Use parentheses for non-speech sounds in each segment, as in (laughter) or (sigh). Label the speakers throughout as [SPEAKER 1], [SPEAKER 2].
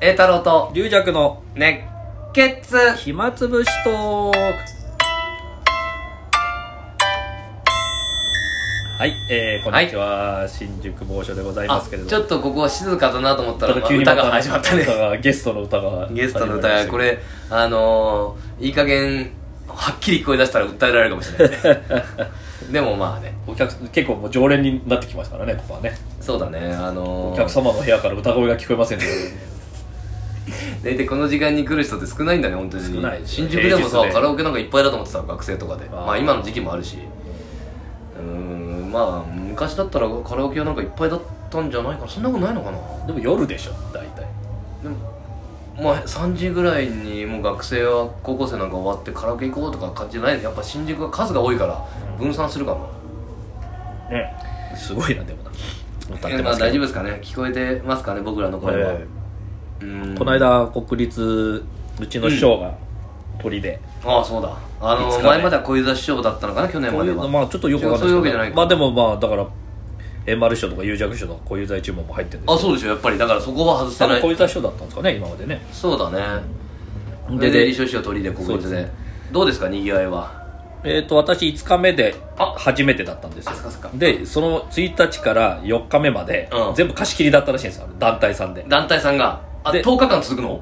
[SPEAKER 1] 栄太郎と
[SPEAKER 2] 龍尺の
[SPEAKER 1] 熱血
[SPEAKER 2] 暇つぶしトークはい、えー、こんにちは、新宿某所でございま
[SPEAKER 1] あ
[SPEAKER 2] すけれども
[SPEAKER 1] ちょっとここ静かだなと思ったらま
[SPEAKER 2] また
[SPEAKER 1] あ
[SPEAKER 2] 急に
[SPEAKER 1] 歌が始まったね
[SPEAKER 2] 歌がゲストの歌が
[SPEAKER 1] (laughs) ゲストの歌がこれあのー、いい加減はっきり聞こえ出したら訴えられるかもしれないね
[SPEAKER 2] (laughs)
[SPEAKER 1] でもまあね
[SPEAKER 2] お客結構もう常連になってきますからねここはね
[SPEAKER 1] そうだねあの
[SPEAKER 2] お
[SPEAKER 1] ー、
[SPEAKER 2] 客様の部屋から歌声が聞こえませんけど
[SPEAKER 1] (laughs) 大体この時間に来る人って少ないんだね本当に
[SPEAKER 2] 少ないですね
[SPEAKER 1] 新宿でもさ
[SPEAKER 2] 平日で
[SPEAKER 1] カラオケなんかいっぱいだと思ってた学生とかで
[SPEAKER 2] あー
[SPEAKER 1] まあ今の時期もあるしうーんまあ昔だったらカラオケはなんかいっぱいだったんじゃないかなそんなことないのかな
[SPEAKER 2] でも夜でしょ大体
[SPEAKER 1] でもまあ3時ぐらいにもう学生は高校生なんか終わってカラオケ行こうとか感じじゃないのやっぱ新宿は数が多いから分散するかも、
[SPEAKER 2] ねすごいなでもな歌
[SPEAKER 1] えーまあ大丈夫ですかね聞こえてますかね僕らの声は、
[SPEAKER 2] え
[SPEAKER 1] うーん
[SPEAKER 2] ーこの間国立うちの師匠が鳥で、
[SPEAKER 1] ああそうだあ
[SPEAKER 2] いつ
[SPEAKER 1] の
[SPEAKER 2] かね
[SPEAKER 1] 前までは小遊三師匠だったのかな去年
[SPEAKER 2] こ
[SPEAKER 1] ま
[SPEAKER 2] うい
[SPEAKER 1] で
[SPEAKER 2] う
[SPEAKER 1] は
[SPEAKER 2] のまあちょっとよくわかんない
[SPEAKER 1] そういうわけじゃ
[SPEAKER 2] ですけ
[SPEAKER 1] な
[SPEAKER 2] ど
[SPEAKER 1] いか
[SPEAKER 2] まあでもまあだから円丸師匠とか有弱師匠とかこういう在注文も入ってるんです
[SPEAKER 1] あそうですよやっぱりだからそこは外せ
[SPEAKER 2] 多
[SPEAKER 1] ない
[SPEAKER 2] 分こういう在師匠だったんですかね今までね
[SPEAKER 1] そうだね
[SPEAKER 2] で
[SPEAKER 1] で
[SPEAKER 2] で
[SPEAKER 1] で理想師匠取りで国立
[SPEAKER 2] そう
[SPEAKER 1] で
[SPEAKER 2] です
[SPEAKER 1] どうですかにぎわいは
[SPEAKER 2] えっ、と私5日目で
[SPEAKER 1] あ
[SPEAKER 2] 初めてだったんですよ
[SPEAKER 1] あそっかそっか
[SPEAKER 2] でその1日から4日目まで、
[SPEAKER 1] うん
[SPEAKER 2] 全部貸し切りだったらしいんですよ団体さんで
[SPEAKER 1] 団体さんがあ
[SPEAKER 2] で
[SPEAKER 1] 10日間続くの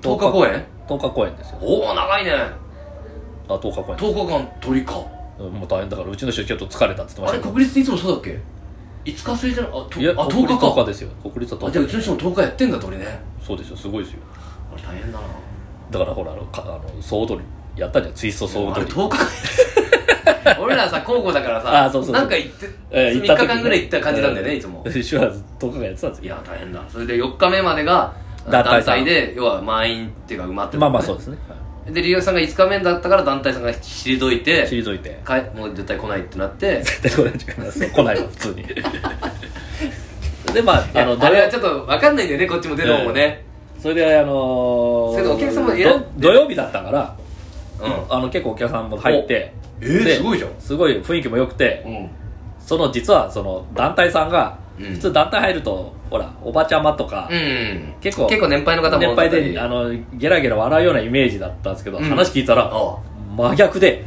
[SPEAKER 1] 10日公演
[SPEAKER 2] 10日公演ですよ
[SPEAKER 1] おお長いね
[SPEAKER 2] あ10日公演
[SPEAKER 1] 10日間取りか
[SPEAKER 2] うんもう大変だからうちの師匠ちょっと疲れたって言っ
[SPEAKER 1] あれ
[SPEAKER 2] てました
[SPEAKER 1] 国立っていつもそうだっけ5日制じゃないあと
[SPEAKER 2] いや
[SPEAKER 1] あ
[SPEAKER 2] 国
[SPEAKER 1] 10
[SPEAKER 2] 立
[SPEAKER 1] 日
[SPEAKER 2] 10日
[SPEAKER 1] か
[SPEAKER 2] ですよ国立は
[SPEAKER 1] あじ
[SPEAKER 2] 10日
[SPEAKER 1] ゃあうちの人も10日やってんだ鳥ね
[SPEAKER 2] そうですよすごいですよ
[SPEAKER 1] あれ大変だな
[SPEAKER 2] だからほらあのかあの総踊りやったじゃんツイスト総
[SPEAKER 1] あ
[SPEAKER 2] 踊
[SPEAKER 1] れ
[SPEAKER 2] り
[SPEAKER 1] 10日間 (laughs) 俺らさ高校だからさ
[SPEAKER 2] あそうそうそう
[SPEAKER 1] なんか行って
[SPEAKER 2] えー
[SPEAKER 1] 3
[SPEAKER 2] 行っ
[SPEAKER 1] 日
[SPEAKER 2] た時ね
[SPEAKER 1] 間ぐらい行った感じなんだよねいつも
[SPEAKER 2] えー手話10日間やってたんです
[SPEAKER 1] い
[SPEAKER 2] よ
[SPEAKER 1] や大変だそれで4日目までが
[SPEAKER 2] 団
[SPEAKER 1] 団
[SPEAKER 2] 体さん
[SPEAKER 1] 体で要は満員っていうか埋まってた
[SPEAKER 2] まあまあそうですね、はい
[SPEAKER 1] で留学さんが5日目だったから団体さんが退いて
[SPEAKER 2] 退い
[SPEAKER 1] (laughs)
[SPEAKER 2] て
[SPEAKER 1] かえもう絶対来ないってなって
[SPEAKER 2] 絶対来ない時間です来ないわ普通にでまあ (laughs) あの
[SPEAKER 1] あれはち
[SPEAKER 2] 土
[SPEAKER 1] ょっと分かんないんだよねこっちも出る方もね、
[SPEAKER 2] 曜それであのー
[SPEAKER 1] それでお客様選ん
[SPEAKER 2] ど土曜日だったから、
[SPEAKER 1] うん
[SPEAKER 2] あの結構お客さんも入って
[SPEAKER 1] えー
[SPEAKER 2] です
[SPEAKER 1] ごいじゃん
[SPEAKER 2] すごい雰囲気も良くて、
[SPEAKER 1] うん
[SPEAKER 2] その実はその団体さんが、
[SPEAKER 1] うん
[SPEAKER 2] 普通団体入るとほらおばちゃまとか、
[SPEAKER 1] うん
[SPEAKER 2] 結構
[SPEAKER 1] 結構年配の方も
[SPEAKER 2] 年配であ
[SPEAKER 1] あ
[SPEAKER 2] のゲラゲラ笑うようなイメージだったんですけど、
[SPEAKER 1] うん
[SPEAKER 2] 話聞いたら
[SPEAKER 1] あ
[SPEAKER 2] 真逆で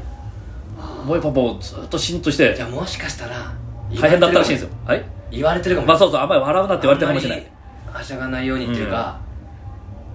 [SPEAKER 2] もうやっぱもうずっとシーンとし
[SPEAKER 1] じ
[SPEAKER 2] て
[SPEAKER 1] ゃあもしかしたら
[SPEAKER 2] 大変だったらしいんですよはい
[SPEAKER 1] 言われてるかも
[SPEAKER 2] まあそうそうあんまり笑うなって言われてるかもしれな
[SPEAKER 1] あん
[SPEAKER 2] い
[SPEAKER 1] まりはしゃがないようにっていうか、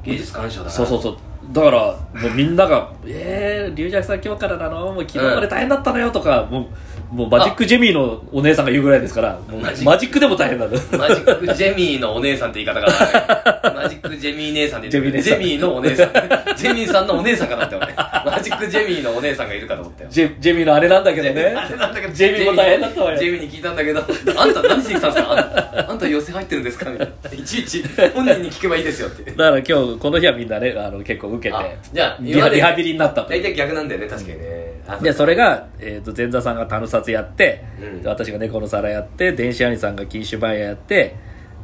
[SPEAKER 1] 芸術鑑賞だから
[SPEAKER 2] そうそうそうだからもうみんなが「えー、龍尺さん今日からなのもう昨日まで大変だったのよ」とか、もうもうマジックジェミーのお姉さんが言うぐらいですからもう
[SPEAKER 1] マ
[SPEAKER 2] マ
[SPEAKER 1] ジ
[SPEAKER 2] ジ
[SPEAKER 1] ック
[SPEAKER 2] ックでも大変なの (laughs)
[SPEAKER 1] マジックジェミーのお姉さんって言い方が
[SPEAKER 2] (laughs)
[SPEAKER 1] あるねマジックジェミー姉さんって言って
[SPEAKER 2] ジ
[SPEAKER 1] ジ
[SPEAKER 2] ェ
[SPEAKER 1] ェ
[SPEAKER 2] ミ
[SPEAKER 1] ミーのお姉さん。ジェミーさんのお姉さんかなって俺。マジックジェミーのお姉さんがいるかと思ったよ。
[SPEAKER 2] ジェジェミーのあれなんだけどね
[SPEAKER 1] あれなんだけど
[SPEAKER 2] (laughs) ジェミーも大変だったわよ
[SPEAKER 1] ジェミーに聞いたんだけど、あんた何しに来たんですかあんたあんた寄せ入ってるんですかみたいな。いちいち本人に聞けばいいですよって。
[SPEAKER 2] だから今日この日はみんなねあの結構受け
[SPEAKER 1] あ
[SPEAKER 2] て
[SPEAKER 1] じゃあ
[SPEAKER 2] リハリハビリになったと
[SPEAKER 1] 大体逆なんだよね、確かにね。あ
[SPEAKER 2] でそれが、えー、と前座さんがタヌサツやって、
[SPEAKER 1] うん
[SPEAKER 2] で私が猫の皿やって電子兄さんが金酒バイヤーやって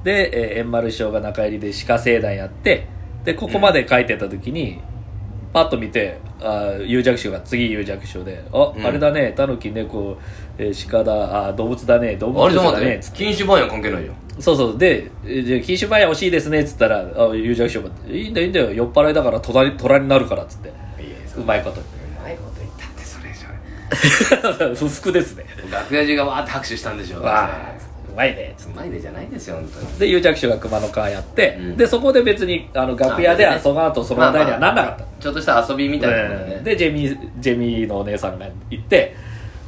[SPEAKER 2] で、えー、円丸師匠が中入りで鹿聖団やってでここまで書いてた時に、パッと見てあー有弱師匠が次有弱師匠で「あ、
[SPEAKER 1] うん
[SPEAKER 2] あれだねタヌキ猫、えー鹿だあー動物だね動
[SPEAKER 1] あ
[SPEAKER 2] 物
[SPEAKER 1] れじゃ
[SPEAKER 2] だ
[SPEAKER 1] 待っ
[SPEAKER 2] ね
[SPEAKER 1] て、」禁酒番や関係ないよ。
[SPEAKER 2] そうそうでえー「じゃあ金酒バイヤー惜しいですね」っつったらあ有弱師匠が「いいんだいいんだよ酔っ払いだから虎に虎になるから」っつってうまい
[SPEAKER 1] (laughs)
[SPEAKER 2] こと
[SPEAKER 1] うまいこと言ったってそれじゃ
[SPEAKER 2] 不服ですね
[SPEAKER 1] 楽屋中がわーって拍手したんでしょ。
[SPEAKER 2] わあうまいね
[SPEAKER 1] つまいでじゃないですよ本当に
[SPEAKER 2] で有着手が熊野川やって、
[SPEAKER 1] うん
[SPEAKER 2] でそこで別にあの楽屋で
[SPEAKER 1] あ
[SPEAKER 2] 遊ばんとその話題にはなんなかった、
[SPEAKER 1] ちょっとした遊びみたいなもんだ
[SPEAKER 2] うん
[SPEAKER 1] ね
[SPEAKER 2] でジェミージェミーのお姉さんが行って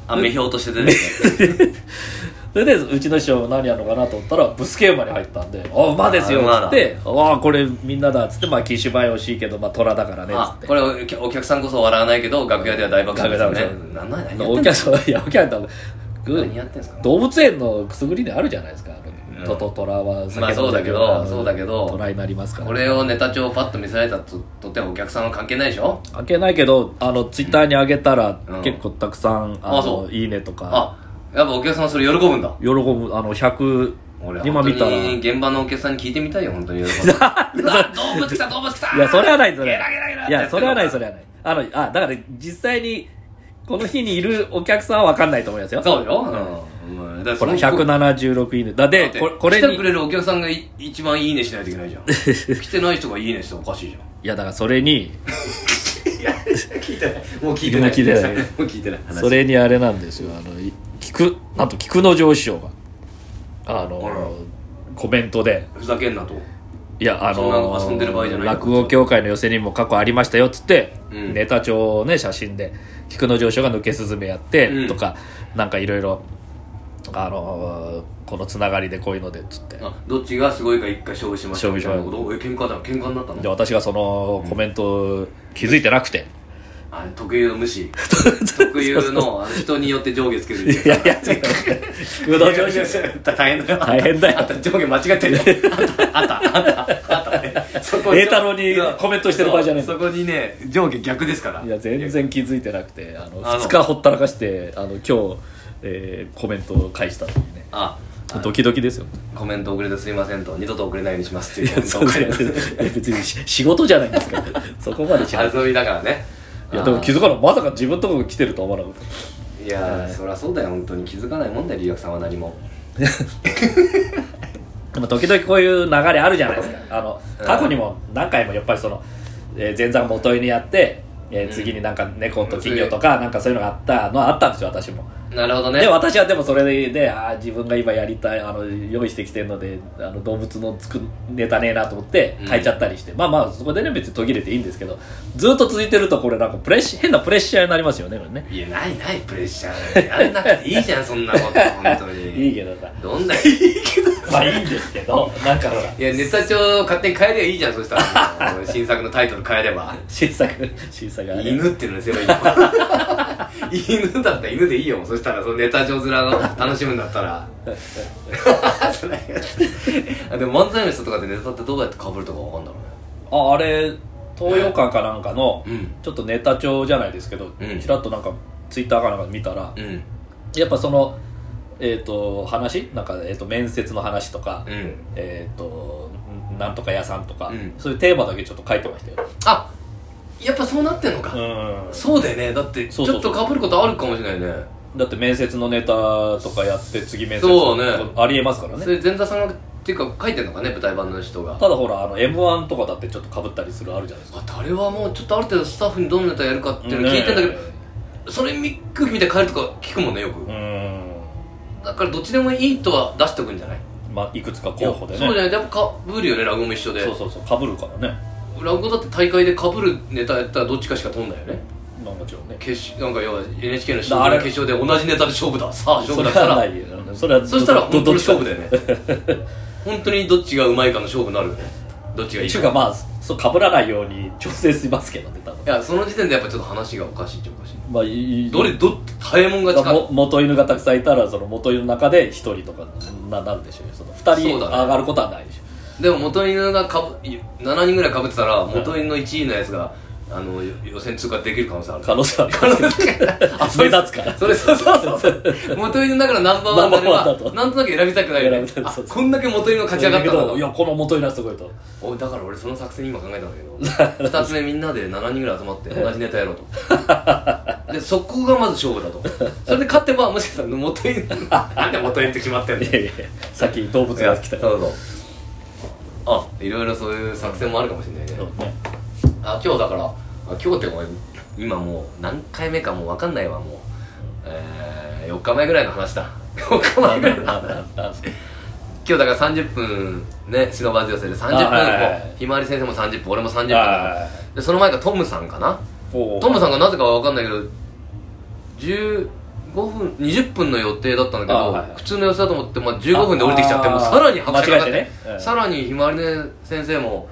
[SPEAKER 1] あ目標として出て (laughs) きて
[SPEAKER 2] それでうちの師匠何やるのかなと思ったらブスケ馬に入ったんで「あ馬ですよ」っ
[SPEAKER 1] あ
[SPEAKER 2] つ
[SPEAKER 1] 馬だ
[SPEAKER 2] って「わあこれみんなだ」っつって「まあ機種バイ惜しいけどまあ虎だからね」っつ
[SPEAKER 1] あ
[SPEAKER 2] って
[SPEAKER 1] これお客お客さんこそ笑わないけど楽屋では大爆笑ですよ
[SPEAKER 2] 楽屋では
[SPEAKER 1] ねなんなん何やって
[SPEAKER 2] お
[SPEAKER 1] んで
[SPEAKER 2] 客
[SPEAKER 1] す
[SPEAKER 2] さんいやお客さん
[SPEAKER 1] 何やってんすか
[SPEAKER 2] 動物園のくすぐりであるじゃないですか
[SPEAKER 1] うん
[SPEAKER 2] トトトラは
[SPEAKER 1] まあそうだけど
[SPEAKER 2] あの
[SPEAKER 1] そうだけど
[SPEAKER 2] トラになりますから
[SPEAKER 1] これをネタ帳をパッと見せられたととってはお客さんは関係ないでしょ
[SPEAKER 2] 開けないけどあのツイッターに上げたら、
[SPEAKER 1] うん
[SPEAKER 2] 結構たくさん「あ
[SPEAKER 1] あ
[SPEAKER 2] の
[SPEAKER 1] そう
[SPEAKER 2] いいね」とか
[SPEAKER 1] あやっぱお客さんはそれ喜ぶんだ
[SPEAKER 2] 喜ぶあの100
[SPEAKER 1] 俺
[SPEAKER 2] 今
[SPEAKER 1] 本
[SPEAKER 2] 見た
[SPEAKER 1] 当
[SPEAKER 2] ら
[SPEAKER 1] に
[SPEAKER 2] い
[SPEAKER 1] 現場のお客さんに聞いてみたいよ本
[SPEAKER 2] (laughs)
[SPEAKER 1] 当に喜ぶうわ動物来た動物来た
[SPEAKER 2] やそれはないそ
[SPEAKER 1] ゲ
[SPEAKER 2] れ
[SPEAKER 1] ラゲラゲラっ
[SPEAKER 2] は
[SPEAKER 1] て
[SPEAKER 2] いやそれはない
[SPEAKER 1] って
[SPEAKER 2] それはないあのあだから実際にこの日にいるお客さんは分かんないと思いますよ
[SPEAKER 1] そうようんうんだから
[SPEAKER 2] ほら
[SPEAKER 1] その
[SPEAKER 2] 176いいねだ
[SPEAKER 1] だ
[SPEAKER 2] で
[SPEAKER 1] って
[SPEAKER 2] これこれ
[SPEAKER 1] 来て
[SPEAKER 2] に
[SPEAKER 1] くれるお客さんがい一番いいねしないといけ
[SPEAKER 2] (laughs)
[SPEAKER 1] ないじゃん来てない人がいいねしておかしいじゃん
[SPEAKER 2] いやだからそれに
[SPEAKER 1] 聞いてないもう聞
[SPEAKER 2] いてな
[SPEAKER 1] も
[SPEAKER 2] い
[SPEAKER 1] う聞いてないもう聞いてない
[SPEAKER 2] それにあれなんですよあのい菊なんと菊之丞師匠があ
[SPEAKER 1] あら
[SPEAKER 2] のコメントで
[SPEAKER 1] ふざけんなと
[SPEAKER 2] いやあ
[SPEAKER 1] そんな
[SPEAKER 2] の
[SPEAKER 1] の遊んでる場合じゃない
[SPEAKER 2] 落語協会の寄せにも過去ありましたよっつって、
[SPEAKER 1] うん
[SPEAKER 2] ネタ帳をね写真で菊之丞師匠が抜けすずめやって、
[SPEAKER 1] うん
[SPEAKER 2] とかなんかいろいろあのこのつながりでこういうのでっつって
[SPEAKER 1] あどっちがすごいか一回勝負しましょうみたいなことえ喧嘩だ喧嘩になった
[SPEAKER 2] で
[SPEAKER 1] の
[SPEAKER 2] 私がそのコメント気づいてなくて、
[SPEAKER 1] あ特有の無視特有のあの人によって上下つけるみたいない
[SPEAKER 2] やいや違う菊之丞師匠
[SPEAKER 1] 大変だよ
[SPEAKER 2] 大変だよ
[SPEAKER 1] あんた上下間違ってるよあんたあんたあんたあんたねそ
[SPEAKER 2] 栄太郎にコメントしてる場合じゃない
[SPEAKER 1] そうそこにね上下逆ですから
[SPEAKER 2] いや全然気づいてなくてあの
[SPEAKER 1] あの
[SPEAKER 2] 2日ほったらかしてあの今日、えーコメントを返したというね
[SPEAKER 1] ああ
[SPEAKER 2] ドキドキですよ
[SPEAKER 1] コメント遅れてすいませんと二度と遅れないようにしますっていうコメント
[SPEAKER 2] そう
[SPEAKER 1] を
[SPEAKER 2] い
[SPEAKER 1] 書い
[SPEAKER 2] や
[SPEAKER 1] て (laughs)
[SPEAKER 2] 別にし仕事じゃないんですからそこまでしない
[SPEAKER 1] 遊びだからね
[SPEAKER 2] いやでも気づかないまさか自分のところ来てるとは思わなかっ
[SPEAKER 1] いやーそりゃそうだよ本当に気づかないもんだよリアクさんは何も
[SPEAKER 2] たでも時々こういう流れあるじゃないですかあの
[SPEAKER 1] うん
[SPEAKER 2] 過去にも何回もやっぱりその、えー前座元にやって、え
[SPEAKER 1] う
[SPEAKER 2] ー
[SPEAKER 1] ん
[SPEAKER 2] 次になんか猫と金魚とかなんかそういうのがあったのはあったんですよ私も
[SPEAKER 1] なるほどね
[SPEAKER 2] で私はでもそれで、あー自分が今やりたいあの用意してきてるのであの動物のつくネタねえなと思って
[SPEAKER 1] うん
[SPEAKER 2] 変えちゃったりして、まあまあそこでね別に途切れていいんですけどずっと続いてるとこれなんかプレッシ変なプレッシャーになりますよねこれね
[SPEAKER 1] いやないないプレッシャーやんなくていいじゃんそんなこと本当に
[SPEAKER 2] (laughs) いいけどさ
[SPEAKER 1] どんないいけど
[SPEAKER 2] まあいいんですけどなんかほら
[SPEAKER 1] いやネタ帳勝手に変えりゃいいじゃんそしたらもう新作の (laughs) タイトル変えれば
[SPEAKER 2] 新作新作あれ
[SPEAKER 1] 犬っていうのにすればいいよ犬だったら犬でいいよそしたらそのネタ上面の楽しむんだった
[SPEAKER 2] (laughs)
[SPEAKER 1] らあでも漫才の人とかでネタってどうやって被るとかわかんだろ
[SPEAKER 2] ああれ東洋館かなんかの
[SPEAKER 1] うね
[SPEAKER 2] ちょっとネタ帳じゃないですけど、
[SPEAKER 1] うん
[SPEAKER 2] ちらっとなんかツイッターかなんかで見たら
[SPEAKER 1] うんうん
[SPEAKER 2] やっぱそのえっ、と話なんか、えー、と面接の話とか、
[SPEAKER 1] うん
[SPEAKER 2] えっ、となんとか屋さんとか、
[SPEAKER 1] うん
[SPEAKER 2] そういうテーマだけちょっと書いてましたよ
[SPEAKER 1] あやっぱそうなってんのか、
[SPEAKER 2] うん
[SPEAKER 1] そうだよねだってち
[SPEAKER 2] そ
[SPEAKER 1] ょ
[SPEAKER 2] うそ
[SPEAKER 1] っ
[SPEAKER 2] うそう
[SPEAKER 1] と被ることあるかもしれないね
[SPEAKER 2] だって面接のネタとかやって次面接
[SPEAKER 1] そうね
[SPEAKER 2] ありえますから
[SPEAKER 1] そ
[SPEAKER 2] ね
[SPEAKER 1] れ前座さんがっていうか書いてんのかね舞台版の人が
[SPEAKER 2] ただほらあの m 1とかだってちょっとかぶったりするあるじゃないですか
[SPEAKER 1] あとあれはもうちょっとある程度スタッフにどんなネタやるかっていうの聞いてんだけど、それミック見て帰るとか聞くもんねよく、
[SPEAKER 2] うん
[SPEAKER 1] だからどっちでもいいとは出しておくんじゃない
[SPEAKER 2] まあいくつか候補でね
[SPEAKER 1] そうじゃないやっぱかぶるよね落語も一緒で
[SPEAKER 2] そうそうそうかぶるからね
[SPEAKER 1] 落語だって大会でかぶるネタやったらどっちかしか飛んだよね
[SPEAKER 2] まあもちろんね
[SPEAKER 1] 決勝なんか要は NHK の新
[SPEAKER 2] あ
[SPEAKER 1] 聞
[SPEAKER 2] れ
[SPEAKER 1] の決勝で同じネタで勝負ださあ勝
[SPEAKER 2] そ
[SPEAKER 1] 負だ
[SPEAKER 2] れ
[SPEAKER 1] った
[SPEAKER 2] はな
[SPEAKER 1] ら
[SPEAKER 2] いよそれは
[SPEAKER 1] そしたら
[SPEAKER 2] ど
[SPEAKER 1] 本当
[SPEAKER 2] ど
[SPEAKER 1] に
[SPEAKER 2] っちか
[SPEAKER 1] 勝負だよね本当にどっちがうまいかの勝負になるよねどっちがいい
[SPEAKER 2] 一
[SPEAKER 1] か
[SPEAKER 2] 応かまあそうかぶらないように調整しますけどね多分
[SPEAKER 1] いやその時点でやっぱちょっと話がおかしいっちゃおかしい
[SPEAKER 2] まあいい
[SPEAKER 1] どれど早いもんが
[SPEAKER 2] だ
[SPEAKER 1] ち
[SPEAKER 2] か
[SPEAKER 1] から
[SPEAKER 2] も元犬がたくさんいたらその元犬の中で1人とかななるでしょうねその2人
[SPEAKER 1] そうだね
[SPEAKER 2] 上がることはないでしょ
[SPEAKER 1] でも元犬がかぶい7人ぐらいかぶってたら元犬の1位のやつがあのよ予選通過できる可能
[SPEAKER 2] (laughs)
[SPEAKER 1] 性ある
[SPEAKER 2] 可能性はある
[SPEAKER 1] 可能性があ
[SPEAKER 2] 目立つから
[SPEAKER 1] それそうそうそう元犬だからナンバーワンになれ
[SPEAKER 2] ナンバーワンだ
[SPEAKER 1] ば
[SPEAKER 2] と
[SPEAKER 1] なんとなく選びたくないよね
[SPEAKER 2] 選びたく
[SPEAKER 1] あ
[SPEAKER 2] そうそう
[SPEAKER 1] こんだけ元犬が勝ち上がった
[SPEAKER 2] だ
[SPEAKER 1] ん
[SPEAKER 2] けどい
[SPEAKER 1] だ
[SPEAKER 2] やこの元犬はすごいと
[SPEAKER 1] おだから俺その作戦今考えた
[SPEAKER 2] (laughs)
[SPEAKER 1] んだけど二つ目みんなで7人ぐらい集まって同じネタやろうとでそこがまず勝負だとそれで勝てばもしかしたら元犬なんで元犬って決まってんの
[SPEAKER 2] いやいやさっき動物が来た
[SPEAKER 1] そうそうあいろいろそういう作戦もあるかもしれないね
[SPEAKER 2] そうね
[SPEAKER 1] あ今日だからあ今日ってもう今もう何回目かもう分かんないわもう、えー、4日前ぐらいの話だ (laughs) 4日前ぐらいの
[SPEAKER 2] あ
[SPEAKER 1] 話
[SPEAKER 2] ああ
[SPEAKER 1] 今日だから30分ね忍ばず寄せで30分
[SPEAKER 2] あはいはいはい
[SPEAKER 1] こうひまわり先生も30分俺も30分
[SPEAKER 2] ああ
[SPEAKER 1] でその前がトムさんかな
[SPEAKER 2] お
[SPEAKER 1] トムさんがなぜかは分かんないけど15分20分の予定だったんだけ
[SPEAKER 2] あ
[SPEAKER 1] ど、
[SPEAKER 2] はいはい
[SPEAKER 1] 普通の予定だと思って、まあ、15分で降りてきちゃって
[SPEAKER 2] あ
[SPEAKER 1] もうさらに拍手がかかって、
[SPEAKER 2] 間違えてねうん
[SPEAKER 1] さらにひまわりね先生も、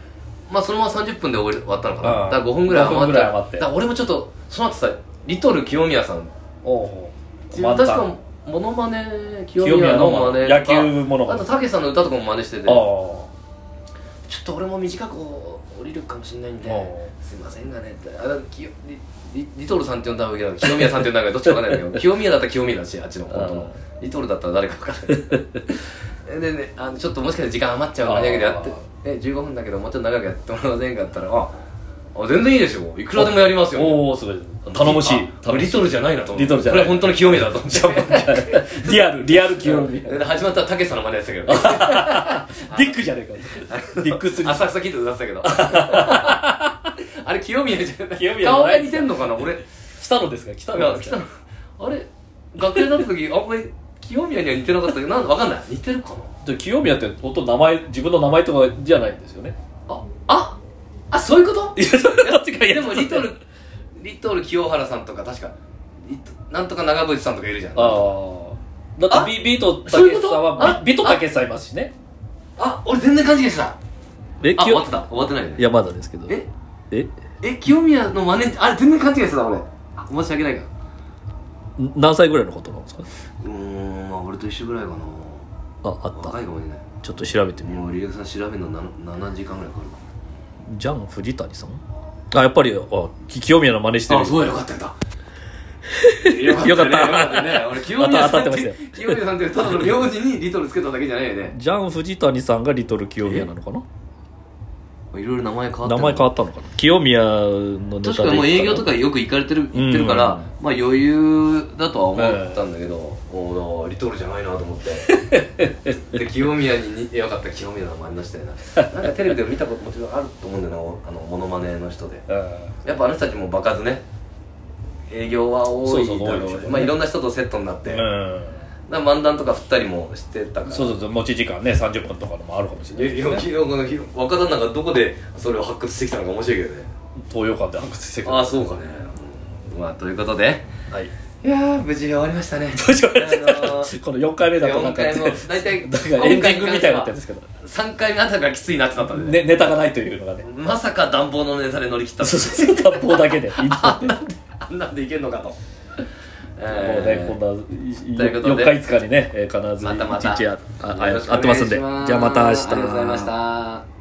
[SPEAKER 1] まあ、そのまま30分で終わったのかな
[SPEAKER 2] う
[SPEAKER 1] だ
[SPEAKER 2] ん
[SPEAKER 1] から5分ぐらい余
[SPEAKER 2] 5分
[SPEAKER 1] っ
[SPEAKER 2] ぐ
[SPEAKER 1] て
[SPEAKER 2] らい余って
[SPEAKER 1] だから俺もちょっとその後さリトル清宮さん
[SPEAKER 2] おお
[SPEAKER 1] 自分確かモノマネ清宮のマネとか
[SPEAKER 2] 清宮の野球モノマネ
[SPEAKER 1] あとたけしさんの歌とかも真似しててち
[SPEAKER 2] あ
[SPEAKER 1] ょ
[SPEAKER 2] あ
[SPEAKER 1] っと俺も短く降りるかもしれないんで
[SPEAKER 2] あ
[SPEAKER 1] すいませんがねってあだから清リリリトルさんって呼んだわけだから清宮さんって呼んだわけどっちかわかんないんだけど
[SPEAKER 2] (laughs)
[SPEAKER 1] 清宮だったら清宮だしあっちの本当のリトルだったら誰かわかんないでねあのちょっともしかして時間余っちゃうかもしれないけどやってえ15分だけどもうちょっと長くやってもらえませんかって言ったらああ全然いいですよいくらでもやりますよ
[SPEAKER 2] おおすごい頼もしい
[SPEAKER 1] あリトルじゃないなと思って
[SPEAKER 2] リトルじゃない
[SPEAKER 1] これ本当の清めだと思っ
[SPEAKER 2] (laughs)
[SPEAKER 1] て
[SPEAKER 2] リアルリアル清みデ
[SPEAKER 1] (laughs) うん始まったらたけしさんの真似やってたけどね
[SPEAKER 2] ィックじゃねえかディックスリー
[SPEAKER 1] 浅草キッド歌 (laughs) ってたけどあれ清宮じゃない
[SPEAKER 2] 清宮じゃない
[SPEAKER 1] 顔が似てんのかな俺い
[SPEAKER 2] したのですか来たの
[SPEAKER 1] や
[SPEAKER 2] で
[SPEAKER 1] 来
[SPEAKER 2] すか
[SPEAKER 1] たあれ学園だった時あんまり清宮には似てなかったけどなんわかんない似てるかな
[SPEAKER 2] で清宮って本当名前自分の名前とかじゃないんですよね
[SPEAKER 1] あああそういうこと
[SPEAKER 2] いやそれは違う
[SPEAKER 1] でもリトルリトル清原さんとか確かリトなんとか長渕さんとかいるじゃん
[SPEAKER 2] ああだっ
[SPEAKER 1] あ
[SPEAKER 2] てビビートた
[SPEAKER 1] そうい
[SPEAKER 2] け
[SPEAKER 1] う
[SPEAKER 2] し
[SPEAKER 1] こと
[SPEAKER 2] さん
[SPEAKER 1] あ
[SPEAKER 2] はビビートたけしさんいますしね
[SPEAKER 1] あ俺全然勘違いしてた
[SPEAKER 2] え
[SPEAKER 1] あ終わってた終わってないよね
[SPEAKER 2] やまだですけど
[SPEAKER 1] え
[SPEAKER 2] え
[SPEAKER 1] え清宮の真似あれ全然勘違いしてた俺あ申し訳ないから
[SPEAKER 2] 何歳ぐらいのことなんですか
[SPEAKER 1] うーんまあ俺と一緒ぐらいかな
[SPEAKER 2] ああっ
[SPEAKER 1] 若いかもしれない
[SPEAKER 2] ちょっと調べて
[SPEAKER 1] もうリリアさん調べるの 7, 7時間ぐらいかかるか
[SPEAKER 2] ジャン藤谷さんあやっぱりあき清宮の真似してる
[SPEAKER 1] あそうだよかったよかったよかったね
[SPEAKER 2] よかった
[SPEAKER 1] よかったね俺清宮さん
[SPEAKER 2] 当た
[SPEAKER 1] っ
[SPEAKER 2] ってま
[SPEAKER 1] て
[SPEAKER 2] し
[SPEAKER 1] 清宮さんってただの名字にリトルつけただけじゃないよね
[SPEAKER 2] ジャン藤谷さんがリトル清宮なのかな
[SPEAKER 1] まあいろいろ名前変わって
[SPEAKER 2] 名前変わったのかな清宮のネタで
[SPEAKER 1] 確かにもう営業とかよく行かれてる行ってるから、
[SPEAKER 2] うん
[SPEAKER 1] まあ余裕だとは思ったんだけど、おーリトルじゃないなと思って
[SPEAKER 2] (laughs)
[SPEAKER 1] で清宮に似てよかった清宮の真似の人やななんかテレビでも見たこともちろんあると思うんだよなあのモノマネの人で
[SPEAKER 2] う
[SPEAKER 1] やっぱあの人たちも場数ね営業は多いだ
[SPEAKER 2] そうそう多
[SPEAKER 1] ろ
[SPEAKER 2] いでしょ
[SPEAKER 1] う
[SPEAKER 2] う
[SPEAKER 1] し
[SPEAKER 2] ね
[SPEAKER 1] まあいろんな人とセットになって、
[SPEAKER 2] ん、
[SPEAKER 1] だか
[SPEAKER 2] うん
[SPEAKER 1] ら漫談とか振ったりもしてたから
[SPEAKER 2] そうそうそう持ち時間ね30分とかのもあるかもしれない
[SPEAKER 1] え
[SPEAKER 2] で
[SPEAKER 1] い
[SPEAKER 2] す
[SPEAKER 1] や
[SPEAKER 2] ね
[SPEAKER 1] 昨日このひ若旦那がどこでそれを発掘してきたのか面白いけどね
[SPEAKER 2] 東洋館で発掘してく
[SPEAKER 1] ああそうかね、うんまあということで
[SPEAKER 2] はい
[SPEAKER 1] いやー無事終わりま
[SPEAKER 2] (laughs)
[SPEAKER 1] したね
[SPEAKER 2] どうしようかな
[SPEAKER 1] あの
[SPEAKER 2] (laughs)
[SPEAKER 1] ー
[SPEAKER 2] この4回目だとなんか
[SPEAKER 1] 4回も大体
[SPEAKER 2] なんかエンディングみたいになってるんですけど、
[SPEAKER 1] 3回目あたりからきついなってなったんで、ね、
[SPEAKER 2] ね、ネタがないというのがね
[SPEAKER 1] まさか暖房のネタで乗り切った
[SPEAKER 2] そうそうそう脱法だけで一本でも
[SPEAKER 1] あんなんでいけんのかと、
[SPEAKER 2] うねこんな
[SPEAKER 1] ということ
[SPEAKER 2] 4
[SPEAKER 1] で
[SPEAKER 2] 日5日にねえー必ず
[SPEAKER 1] またまた
[SPEAKER 2] 一日ああ
[SPEAKER 1] よろしくお願いし
[SPEAKER 2] 会ってますんでじゃあまた
[SPEAKER 1] あ
[SPEAKER 2] 明日
[SPEAKER 1] りがとうございました